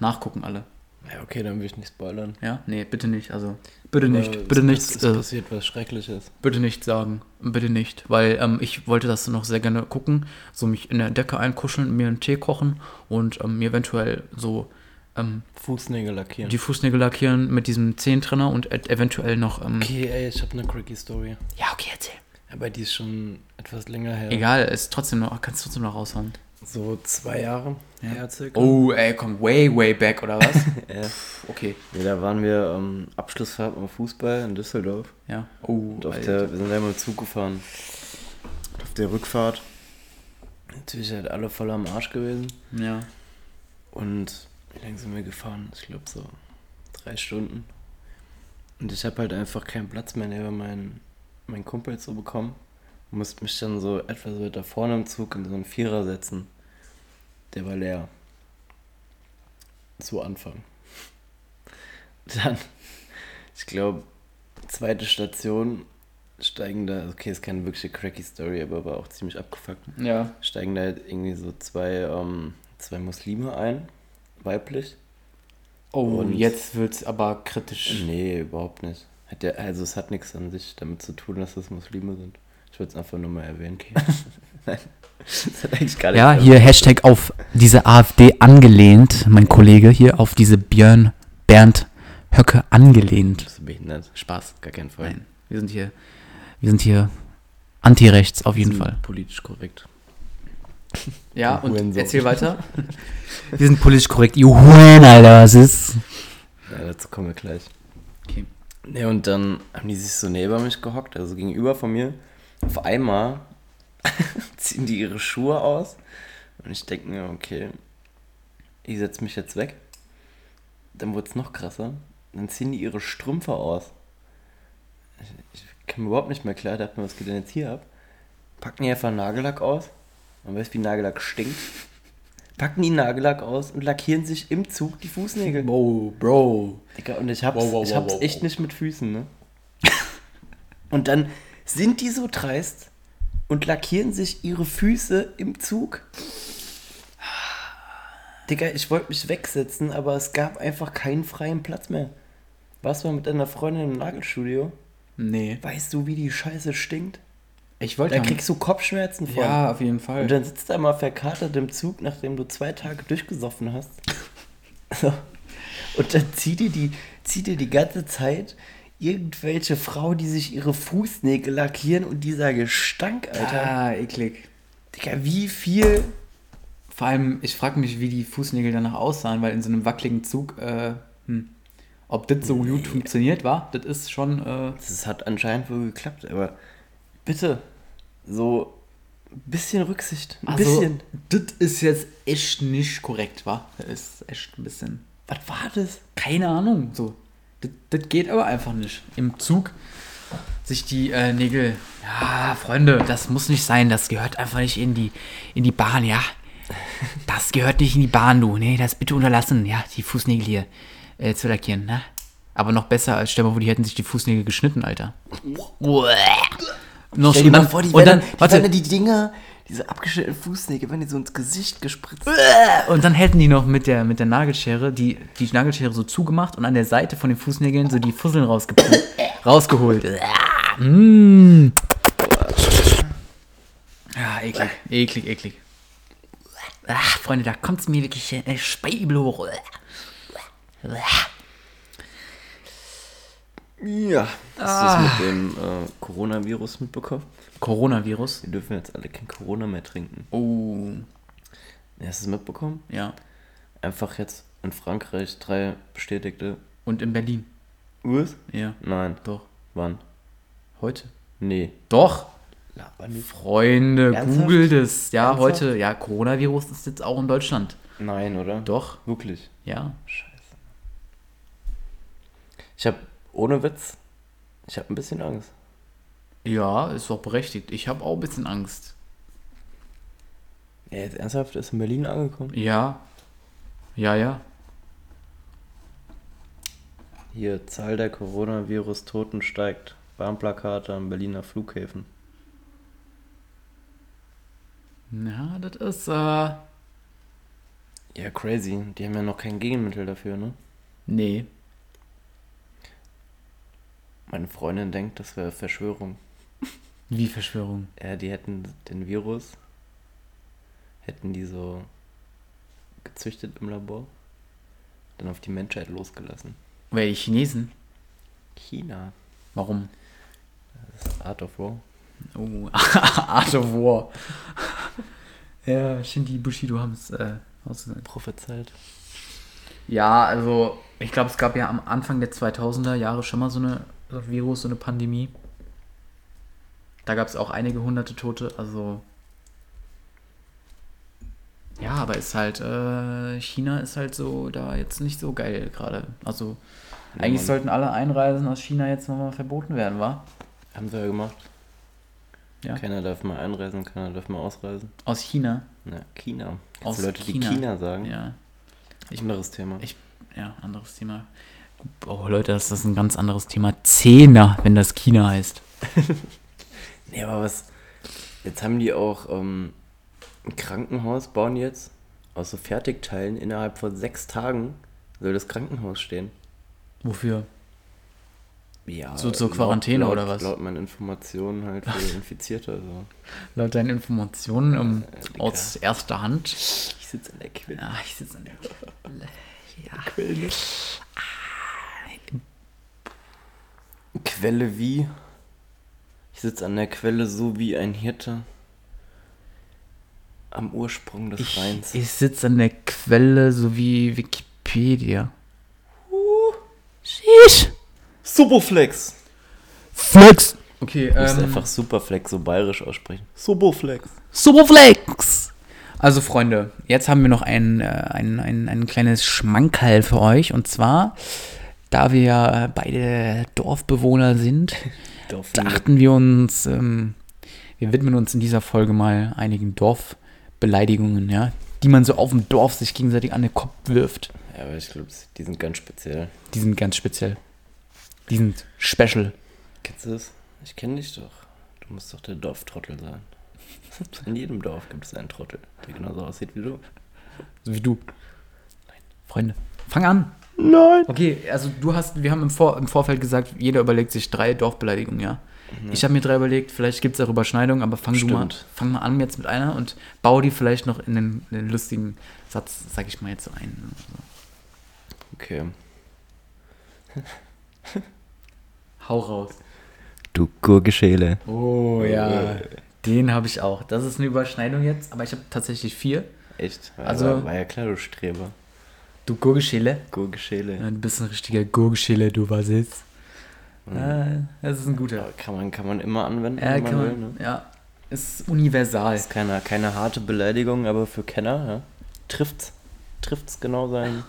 Speaker 2: nachgucken alle.
Speaker 3: ja, okay, dann will ich nicht spoilern.
Speaker 2: Ja? Nee, bitte nicht, also bitte nicht,
Speaker 3: Aber
Speaker 2: bitte
Speaker 3: es-
Speaker 2: nichts,
Speaker 3: Es
Speaker 2: äh,
Speaker 3: ist passiert was Schreckliches.
Speaker 2: bitte nicht sagen, bitte nicht, weil ähm, ich wollte das noch sehr gerne gucken, so mich in der Decke einkuscheln, mir einen Tee kochen und ähm, mir eventuell so ähm,
Speaker 3: Fußnägel lackieren.
Speaker 2: die Fußnägel lackieren mit diesem Zehentrenner und et- eventuell noch, ähm,
Speaker 3: okay, ey, ich habe eine cracky Story.
Speaker 2: ja okay, erzähl.
Speaker 3: Aber die ist schon etwas länger her.
Speaker 2: Egal, ist trotzdem noch, kannst du trotzdem noch raushauen.
Speaker 3: So zwei Jahre her circa.
Speaker 2: Oh, ey, komm, way, way back, oder (laughs) was?
Speaker 3: Ja.
Speaker 2: Pff, okay.
Speaker 3: Ja, da waren wir ähm, Abschlussfahrt beim Fußball in Düsseldorf.
Speaker 2: Ja. Oh,
Speaker 3: Und auf
Speaker 2: Alter.
Speaker 3: der, wir sind einmal im Zug gefahren. Und Auf der Rückfahrt. Natürlich halt alle voll am Arsch gewesen.
Speaker 2: Ja.
Speaker 3: Und wie lange sind wir gefahren? Ich glaube so drei Stunden. Und ich habe halt einfach keinen Platz mehr neben meinen, meinen Kumpel zu bekommen. Und musste mich dann so etwas weiter vorne im Zug in so einen Vierer setzen. Der war leer. Zu Anfang. (laughs) Dann, ich glaube, zweite Station, steigen da, okay, ist keine wirkliche cracky Story, aber war auch ziemlich abgefuckt
Speaker 2: Ja.
Speaker 3: steigen da halt irgendwie so zwei, ähm, zwei Muslime ein, weiblich.
Speaker 2: Oh,
Speaker 3: Und-
Speaker 2: jetzt wird's aber kritisch.
Speaker 3: Nee, überhaupt nicht. Hat der, also es hat nichts an sich damit zu tun, dass das Muslime sind. Ich wollte es einfach nur mal erwähnen.
Speaker 2: (laughs)
Speaker 3: Nein, das hat eigentlich gar nichts
Speaker 2: Ja,
Speaker 3: damit-
Speaker 2: hier Hashtag auf diese AfD angelehnt, mein Kollege, hier auf diese Björn Bernd Höcke angelehnt.
Speaker 3: Bist du behindert?
Speaker 2: Spaß.
Speaker 3: Gar keinen Fall.
Speaker 2: Nein. Wir sind hier, wir sind hier antirechts auf jeden
Speaker 3: Sind
Speaker 2: Fall.
Speaker 3: Politisch korrekt.
Speaker 2: Ja,
Speaker 3: und Hurensohn. erzähl
Speaker 2: weiter. wir sind politisch korrekt. Juhuan, Alter, was ist?
Speaker 3: Ja, dazu kommen wir gleich.
Speaker 2: Okay.
Speaker 3: Ne, und dann haben die sich so neben mich gehockt, also gegenüber von mir. Auf einmal (laughs) ziehen die ihre Schuhe aus und ich denke mir, okay, ich setze mich jetzt weg. Dann wurde es noch krasser. Dann ziehen die ihre Strümpfe aus. Ich, ich kam überhaupt nicht mehr klar, dachte mir, was geht denn jetzt hier ab? Packen die einfach Nagellack aus. Man weiß, wie Nagellack stinkt. Packen die Nagellack aus und lackieren sich im Zug die Fußnägel.
Speaker 2: Oh, Bro.
Speaker 3: Digga, und ich hab's,
Speaker 2: Wow, wow,
Speaker 3: ich
Speaker 2: wow,
Speaker 3: hab's
Speaker 2: wow,
Speaker 3: echt
Speaker 2: wow.
Speaker 3: nicht mit Füßen, ne? und dann sind die so dreist und lackieren sich ihre Füße im Zug. Digga, ich wollte mich wegsetzen, aber es gab einfach keinen freien Platz mehr. Warst du mal mit deiner Freundin im Nagelstudio?
Speaker 2: Nee.
Speaker 3: Weißt du, wie die Scheiße stinkt?
Speaker 2: Ich wollte
Speaker 3: Da kriegst du Kopfschmerzen von.
Speaker 2: Ja, auf jeden Fall.
Speaker 3: Und dann sitzt er mal verkatert im Zug, nachdem du zwei Tage durchgesoffen hast. (laughs) So. Und dann zieht dir die, zieht dir die ganze Zeit irgendwelche Frau, die sich ihre Fußnägel lackieren und dieser Gestank, Alter.
Speaker 2: Ah, eklig.
Speaker 3: Digga, wie viel.
Speaker 2: Vor allem, ich frage mich, wie die Fußnägel danach aussahen, weil in so einem wackeligen Zug, äh, hm, ob das so gut funktioniert war, das ist schon, äh,
Speaker 3: Das hat anscheinend wohl geklappt, aber bitte, so ein bisschen Rücksicht. Ein
Speaker 2: Also
Speaker 3: bisschen.
Speaker 2: das ist jetzt echt nicht korrekt, wa? Das ist echt ein bisschen,
Speaker 3: Was war das?
Speaker 2: keine Ahnung, so. Das, das geht aber einfach nicht. Im Zug sich die äh, Nägel, ja, Freunde, das muss nicht sein, das gehört einfach nicht in die, in die Bahn, ja. Das gehört nicht in die Bahn, du. Nee, das bitte unterlassen. Ja, die Fußnägel hier äh, zu lackieren, ne? Aber noch besser, als stell mal vor, die hätten sich die Fußnägel geschnitten, Alter. Noch
Speaker 3: Stell
Speaker 2: schlimmer.
Speaker 3: dir mal vor, die
Speaker 2: und
Speaker 3: werden,
Speaker 2: dann,
Speaker 3: die,
Speaker 2: warte,
Speaker 3: werden die Dinger, diese abgeschnittenen Fußnägel, werden die so ins Gesicht gespritzt.
Speaker 2: und dann hätten die noch mit der, mit der Nagelschere die, die Nagelschere so zugemacht und an der Seite von den Fußnägeln so die Fusseln rausgepult, rausgeholt. Mm. Ja, eklig, eklig, eklig. Ach, Freunde, da kommt's mir wirklich äh, Speibel hoch.
Speaker 3: Ja. Hast du das mit dem äh, Coronavirus mitbekommen?
Speaker 2: Coronavirus.
Speaker 3: Wir dürfen jetzt alle kein Corona mehr trinken.
Speaker 2: Oh,
Speaker 3: Hast du es mitbekommen?
Speaker 2: ja.
Speaker 3: Einfach jetzt in Frankreich drei bestätigte.
Speaker 2: Und in Berlin.
Speaker 3: Was?
Speaker 2: Ja,
Speaker 3: Nein.
Speaker 2: doch.
Speaker 3: Wann?
Speaker 2: Heute?
Speaker 3: Nee.
Speaker 2: Doch.
Speaker 3: Laber nicht.
Speaker 2: Freunde,
Speaker 3: Ernsthaft?
Speaker 2: googelt es. Ja,
Speaker 3: Ernsthaft?
Speaker 2: heute. Ja, Coronavirus ist jetzt auch in Deutschland.
Speaker 3: Nein, oder?
Speaker 2: Doch.
Speaker 3: Wirklich.
Speaker 2: Ja.
Speaker 3: Scheiße. Ich habe, ohne Witz, ich habe ein bisschen Angst.
Speaker 2: Ja, ist doch berechtigt. Ich habe auch ein bisschen Angst.
Speaker 3: Ja, jetzt ernsthaft, ist in Berlin angekommen.
Speaker 2: Ja. Ja, ja.
Speaker 3: Hier, Zahl der Coronavirus-Toten steigt. Warnplakate am Berliner Flughäfen.
Speaker 2: Na, das ist, äh.
Speaker 3: Ja, crazy. Die haben ja noch kein Gegenmittel dafür, ne?
Speaker 2: Nee.
Speaker 3: Meine Freundin denkt, das wäre Verschwörung.
Speaker 2: Wie Verschwörung.
Speaker 3: Ja, die hätten den Virus, hätten die so gezüchtet im Labor, dann auf die Menschheit losgelassen.
Speaker 2: Weil die Chinesen.
Speaker 3: China.
Speaker 2: Warum?
Speaker 3: Das ist Art of War.
Speaker 2: Oh, (laughs) Art of War. (laughs) ja, Shinji Bushido haben es äh, ausgesagt.
Speaker 3: Prophezeit.
Speaker 2: Ja, also ich glaube, es gab ja am Anfang der 2000er Jahre schon mal so eine so ein Virus, so eine Pandemie. Da gab es auch einige hunderte Tote, also. Ja, aber ist halt, äh, China ist halt so da jetzt nicht so geil gerade. Also, eigentlich
Speaker 3: Mann.
Speaker 2: sollten alle Einreisen aus China jetzt nochmal verboten werden, wa?
Speaker 3: Haben sie ja gemacht.
Speaker 2: Ja.
Speaker 3: Keiner darf mal einreisen, keiner darf mal ausreisen.
Speaker 2: Aus China.
Speaker 3: Na, China. Kennst
Speaker 2: Aus
Speaker 3: du Leute,
Speaker 2: China.
Speaker 3: die China sagen.
Speaker 2: Ja.
Speaker 3: Anderes Thema.
Speaker 2: Ich- Ja, anderes Thema. Oh, Leute, das ist ein ganz anderes Thema. Zehner, wenn das China heißt.
Speaker 3: Nee, aber was. Jetzt haben die auch ähm, ein Krankenhaus, bauen jetzt aus so Fertigteilen innerhalb von sechs Tagen soll das Krankenhaus stehen.
Speaker 2: Wofür?
Speaker 3: Ja.
Speaker 2: So zur Quarantäne
Speaker 3: laut,
Speaker 2: oder was?
Speaker 3: Laut meinen Informationen halt
Speaker 2: (laughs)
Speaker 3: für Infizierte. Also.
Speaker 2: Laut deinen Informationen ähm,
Speaker 3: Digga.
Speaker 2: aus erster Hand.
Speaker 3: Ich sitze in der Quelle.
Speaker 2: Ja, ich sitze an der Quelle. Ja.
Speaker 3: Quelle. Quelle wie? Ich sitze an der Quelle so wie ein Hirte am Ursprung des Rheins.
Speaker 2: Ich, ich sitze an der Quelle sowie Wikipedia. Sheesh.
Speaker 3: Superflex!
Speaker 2: Flex. Okay,
Speaker 3: Du musst
Speaker 2: ähm,
Speaker 3: einfach Superflex so bayerisch aussprechen. Superflex.
Speaker 2: Superflex. Also Freunde, jetzt haben wir noch ein, äh, ein, ein, ein kleines Schmankerl für euch. Und zwar, da wir ja beide
Speaker 3: (laughs)
Speaker 2: Dorfbewohner sind, dachten wir uns, ähm, wir widmen uns in dieser Folge mal einigen Dorfbeleidigungen, ja, die man so auf dem Dorf sich gegenseitig an den Kopf wirft.
Speaker 3: Ja, aber ich glaube, die sind ganz speziell.
Speaker 2: Die sind ganz speziell. Die sind special.
Speaker 3: Kennst du das? Ich kenne dich doch. Du musst doch der Dorftrottel sein. (laughs) In jedem Dorf gibt es einen Trottel, der genauso aussieht wie du.
Speaker 2: So wie du. Freunde, fang an.
Speaker 3: Nein!
Speaker 2: Okay, also du hast, wir haben im, Vor im Vorfeld gesagt, jeder überlegt sich drei Dorfbeleidigungen, ja. Ich habe mir drei überlegt, vielleicht gibt es auch Überschneidungen, aber fang du mal,
Speaker 3: Stimmt.
Speaker 2: fang mal an jetzt mit einer und bau die vielleicht noch in den, in den lustigen Satz, sag ich mal jetzt so ein.
Speaker 3: Okay.
Speaker 2: Hau raus.
Speaker 3: Du Gurgeschäle.
Speaker 2: Oh ja.
Speaker 3: Äh.
Speaker 2: Den habe ich auch. Das ist eine Überschneidung jetzt, aber ich habe tatsächlich vier.
Speaker 3: Echt? War,
Speaker 2: Also-
Speaker 3: also, war, war ja klar, du Streber.
Speaker 2: Du Gurgeschäle.
Speaker 3: Gurgeschäle.
Speaker 2: Ja, Du bist ein richtiger Gurgeschäle, du was ist. Äh, das ist ein guter.
Speaker 3: Aber Mhm. Kann, man, kann man immer anwenden,
Speaker 2: Ja,
Speaker 3: wenn man
Speaker 2: kann
Speaker 3: will.
Speaker 2: man,
Speaker 3: Ne?
Speaker 2: ja. Ist universal.
Speaker 3: Ist keine, keine harte Beleidigung, aber für Kenner ja? trifft's. Trifft's genau sein.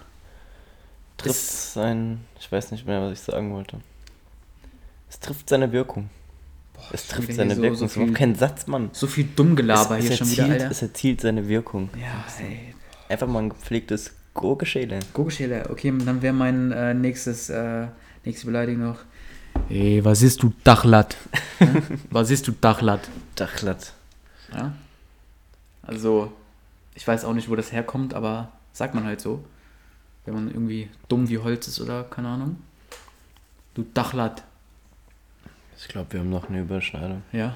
Speaker 3: Trifft's sein. Ich weiß nicht mehr, was ich sagen wollte. Es trifft seine Wirkung. Es
Speaker 2: wieder
Speaker 3: trifft
Speaker 2: hier
Speaker 3: seine
Speaker 2: so-
Speaker 3: Wirkung.
Speaker 2: so
Speaker 3: So ist überhaupt
Speaker 2: viel-
Speaker 3: kein Satz, Mann.
Speaker 2: So viel Dummgelaber
Speaker 3: es,
Speaker 2: hier
Speaker 3: es,
Speaker 2: schon wieder,
Speaker 3: erzielt,
Speaker 2: Alter.
Speaker 3: es erzielt seine Wirkung.
Speaker 2: Ja, ey.
Speaker 3: Einfach mal ein gepflegtes Gurkeschäle.
Speaker 2: Gurkenschäler. Okay, dann wäre mein äh, nächstes, äh, nächste Beleidigung noch. Ey, was ist du
Speaker 3: (laughs)
Speaker 2: Dachlatt? Ja? was ist du Dachlatt?
Speaker 3: Dachlatt.
Speaker 2: Ja? Also, ich weiß auch nicht, wo das herkommt, aber sagt man halt so. Wenn man irgendwie dumm wie Holz ist oder keine Ahnung. Du Dachlatt,
Speaker 3: Ich glaube, wir haben noch eine Überschneidung.
Speaker 2: ja.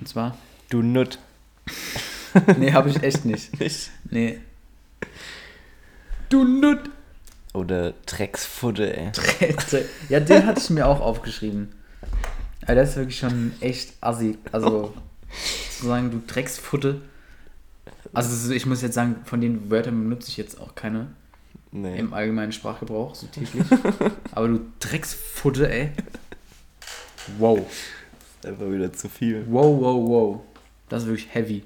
Speaker 2: Und zwar.
Speaker 3: Du Nut.
Speaker 2: (laughs) Nee, habe ich echt nicht.
Speaker 3: Nicht?
Speaker 2: Nee. Du Nut!
Speaker 3: Oder Drecksfudde, ey.
Speaker 2: ja, den hatte ich mir auch aufgeschrieben. Aber das ist wirklich schon echt assi. Also, zu sagen, du Drecksfutte. Also, ich muss jetzt sagen, von den Wörtern benutze ich jetzt auch keine
Speaker 3: Nee.
Speaker 2: im allgemeinen Sprachgebrauch, so täglich. Aber du Drecksfutte, ey. Wow.
Speaker 3: Einfach wieder zu viel.
Speaker 2: Wow, wow, wow. Das ist wirklich heavy.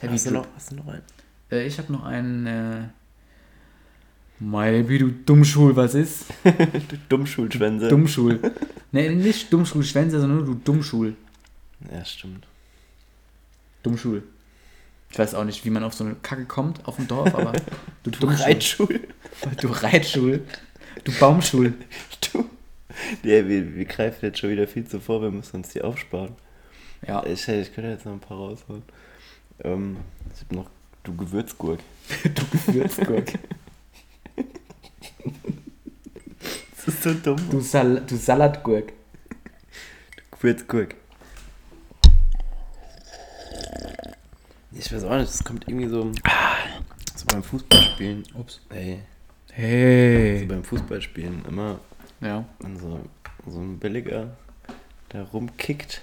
Speaker 2: Heavy
Speaker 3: Hast Also du,
Speaker 2: Drip.
Speaker 3: noch, hast du noch einen?
Speaker 2: Äh, ich habe noch einen. Äh, Meine, wie du Dummschul, was ist?
Speaker 3: Du Dummschulschwänze.
Speaker 2: Dummschul. (laughs) nee, nicht Dummschulschwänzer, sondern nur du Dummschul.
Speaker 3: Ja, stimmt.
Speaker 2: Dummschul. Ich weiß auch nicht, wie man auf so eine Kacke kommt, auf dem Dorf, (laughs) aber du, du
Speaker 3: Reitschul.
Speaker 2: Du Reitschul. Du Baumschul.
Speaker 3: Du. Ja, wir, wir greifen jetzt schon wieder viel zu vor, wir müssen uns die aufsparen.
Speaker 2: Ja.
Speaker 3: Ich, ich könnte jetzt noch ein paar rausholen. Ähm, ich hab noch. Du Gewürzgurk.
Speaker 2: Du (laughs) Gewürzgurk.
Speaker 3: Das ist so dumm.
Speaker 2: Du, Sal du Salatgurk.
Speaker 3: Gewürzgurk. Ich weiß auch nicht, das kommt irgendwie so. So beim Fußballspielen.
Speaker 2: Ups.
Speaker 3: Ey, so
Speaker 2: Hey.
Speaker 3: beim Fußballspielen immer
Speaker 2: Ja.
Speaker 3: wenn so, so ein billiger da rumkickt,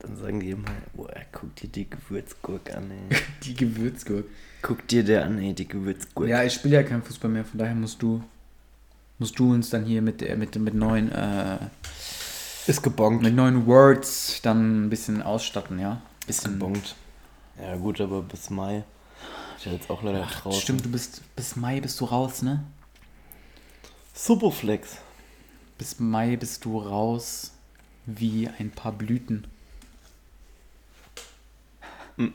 Speaker 3: dann sagen die immer, boah, guck dir die Gewürzgurk an,
Speaker 2: (laughs)
Speaker 3: ey.
Speaker 2: Die Gewürzgurk.
Speaker 3: Guck dir der an, ey, die Gewürzgurk.
Speaker 2: Ja, ich spiele ja keinen Fußball mehr, von daher musst du musst du uns dann hier mit äh, mit mit neuen äh,
Speaker 3: ist gebongt.
Speaker 2: mit neuen Words dann ein bisschen ausstatten, ja.
Speaker 3: Ist gebongt. Ja gut, aber bis Mai. Ist ja jetzt auch leider draußen.
Speaker 2: Stimmt, du bist bis Mai bist du raus, ne?
Speaker 3: Superflex.
Speaker 2: Bis Mai bist du raus wie ein paar Blüten. (laughs)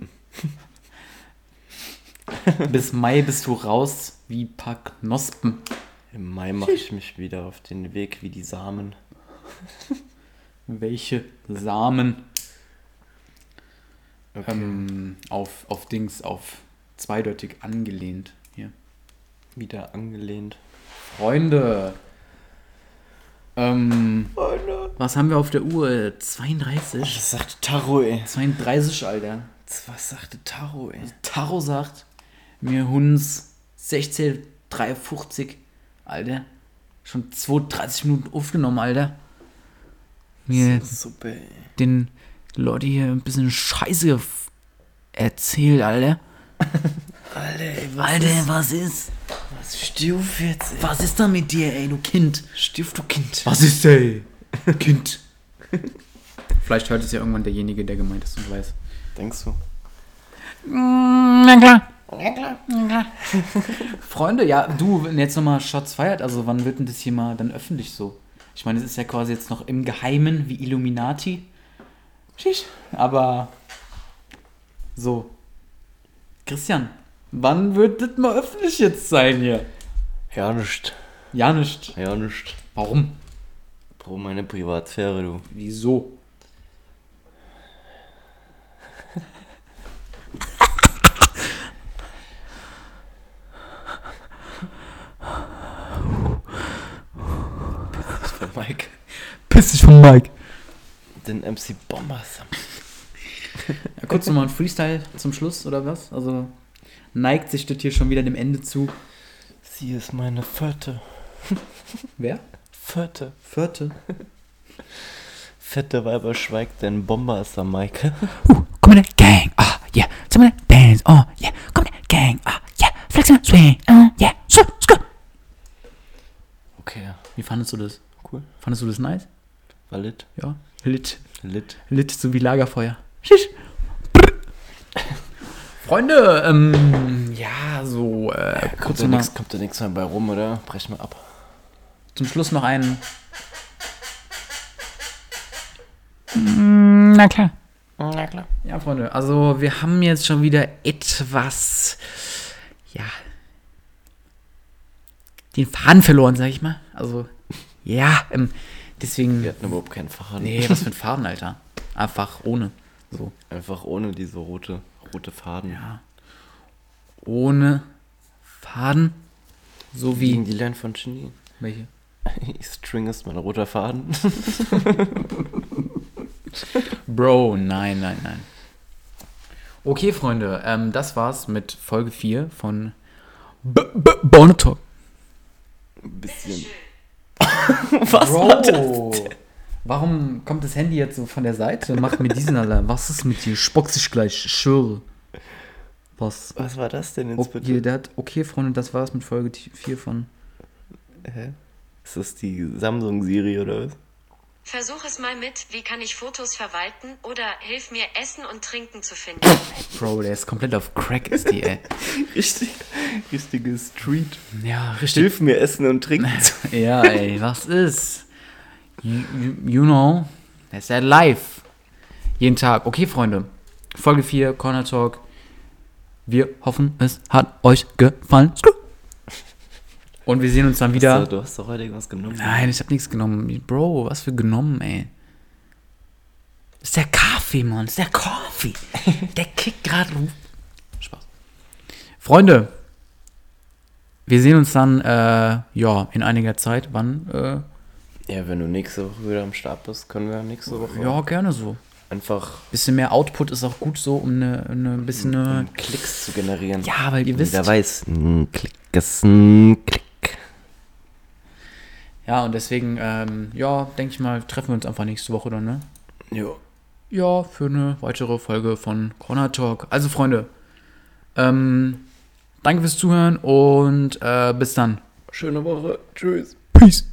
Speaker 2: Bis Mai bist du raus wie ein paar Knospen.
Speaker 3: Im Mai mache ich mich wieder auf den Weg wie die Samen.
Speaker 2: Welche Samen
Speaker 3: Okay.
Speaker 2: ähm, auf, auf Dings, auf zweideutig angelehnt hier.
Speaker 3: Wieder angelehnt.
Speaker 2: Freunde. Ähm,
Speaker 3: Oh no.
Speaker 2: was haben wir auf der Uhr? 32?
Speaker 3: Was sagte Taro, ey?
Speaker 2: 32, Alter.
Speaker 3: Was sagte Taro, ey?
Speaker 2: Taro sagt, mir Huns 16,53. Alter, schon 32 Minuten aufgenommen, Alter. Mir
Speaker 3: Suppe, ey.
Speaker 2: den Leute hier ein bisschen Scheiße f- erzählt, Alter.
Speaker 3: Alter, ey,
Speaker 2: Alter, Äh, was ist?
Speaker 3: was Stiuf jetzt, ey?
Speaker 2: Was ist da mit dir, ey, du Kind?
Speaker 3: Stiuf, du Kind.
Speaker 2: Was ist, ey? kind. (laughs) Vielleicht hört es ja irgendwann derjenige, der gemeint ist und weiß.
Speaker 3: Denkst du?
Speaker 2: Na klar. Freunde, ja, du, wenn jetzt nochmal Shots feiert, also wann wird denn das hier mal dann öffentlich so? Ich meine, es ist ja quasi jetzt noch im Geheimen wie Illuminati. Schisch. Aber so. Christian, wann wird das mal öffentlich jetzt sein hier?
Speaker 3: Ja, nicht.
Speaker 2: Ja, nicht.
Speaker 3: Ja, nicht.
Speaker 2: Warum?
Speaker 3: Pro meine Privatsphäre, du.
Speaker 2: Wieso?
Speaker 3: Das war Mike.
Speaker 2: Piss dich vom Mike.
Speaker 3: Den MC Bombers.
Speaker 2: Ja, kurz nochmal ein Freestyle zum Schluss, oder was? Also neigt sich das hier schon wieder dem Ende zu.
Speaker 3: Sie ist meine vierte.
Speaker 2: Wer?
Speaker 3: Vierte. (laughs)
Speaker 2: Vierte.
Speaker 3: Fette Weiber schweigt, denn Bomber ist am Mike. (laughs)
Speaker 1: Ooh, come on, gang, ah, yeah. Some of that dance, oh, yeah. Come on, gang, ah, yeah. Flex and swing, uh, yeah. So, scoop.
Speaker 3: Okay, ja.
Speaker 2: Wie fandest du das?
Speaker 3: Cool.
Speaker 2: Fandest du das nice?
Speaker 3: War lit.
Speaker 2: Ja. Lit.
Speaker 3: Lit.
Speaker 2: Lit so wie Lagerfeuer. Freunde, ähm, ja, so, äh,
Speaker 3: Kommt
Speaker 2: kurz
Speaker 3: da
Speaker 2: nochmal
Speaker 3: also nix, kommt da nix mehr bei rum, oder? Brech mal ab.
Speaker 2: zum Schluss noch einen.
Speaker 1: Mm, Na klar.
Speaker 3: Na klar.
Speaker 2: Ja, Freunde, also wir haben jetzt schon wieder etwas, ja, den Faden verloren, sag ich mal. Also, ja, ähm, deswegen,
Speaker 3: Wir hatten überhaupt keinen Fahrrad.
Speaker 2: nee, was für ein Faden, Alter. Einfach ohne, so,
Speaker 3: Einfach ohne diese rote, rote Faden.
Speaker 2: ja. Ohne Faden, so
Speaker 3: Wie in
Speaker 2: wie,
Speaker 3: die Line von Genie.
Speaker 2: welche?
Speaker 3: (laughs) String ist mein roter Faden.
Speaker 2: Bro, nein, nein, nein. Okay, Freunde, ähm, das war's mit Folge 4 von B B Bonotalk.
Speaker 3: (laughs) Ein bisschen.
Speaker 4: Bitteschön.
Speaker 3: Was
Speaker 2: Bro,
Speaker 3: war das?
Speaker 2: Warum kommt das Handy jetzt so von der Seite? Mach mir diesen Alarm. Was ist mit dir? Spock dich gleich. Ich schwöre. Was?
Speaker 3: Was war das denn jetzt
Speaker 2: Okay,
Speaker 3: bitte?
Speaker 2: der hat, okay, Freunde, das war's mit Folge 4 von.
Speaker 3: Hä? Ist das die Samsung Siri oder was?
Speaker 4: Versuch es mal mit, wie kann ich Fotos verwalten oder hilf mir Essen und Trinken zu finden.
Speaker 2: Bro, der ist komplett auf Crack, ist die, ey.
Speaker 3: (laughs) Richtig, richtige Street.
Speaker 2: Ja, richtig.
Speaker 3: Hilf mir essen und trinken. (laughs)
Speaker 2: (laughs) ja, ey, was ist? You, you- you know, that's that life. Jeden Tag. Okay, Freunde. Folge 4, Corner Talk. Wir hoffen, es hat euch gefallen. Skrrt. Und wir sehen uns dann wieder.
Speaker 3: Du hast doch heute irgendwas genommen.
Speaker 2: Nein, ich hab nichts genommen. Bro, was für genommen, ey. Das ist der Kaffee, Mann. Das ist der (laughs) Kaffee. Der kickt gerade. Spaß. Freunde, wir sehen uns dann, äh, ja, in einiger Zeit. Wann? Äh,
Speaker 3: Ja, wenn du nächste Woche wieder am Start bist, können wir nächste Woche
Speaker 2: ja, gerne so.
Speaker 3: einfach
Speaker 2: Bisschen mehr Output ist auch gut so, um eine, eine bisschen eine.
Speaker 3: um Klicks zu generieren.
Speaker 2: Ja, weil ihr wisst.
Speaker 3: Jeder weiß, ein Klick ist ein Klick.
Speaker 2: Ja, und deswegen, ähm, ja, denke ich mal, treffen wir uns einfach nächste Woche dann, ne?
Speaker 3: Jo.
Speaker 2: ja, für eine weitere Folge von Corner Talk. Also, Freunde, ähm, danke fürs Zuhören und äh, bis dann.
Speaker 3: Schöne Woche. Tschüss.
Speaker 1: Peace.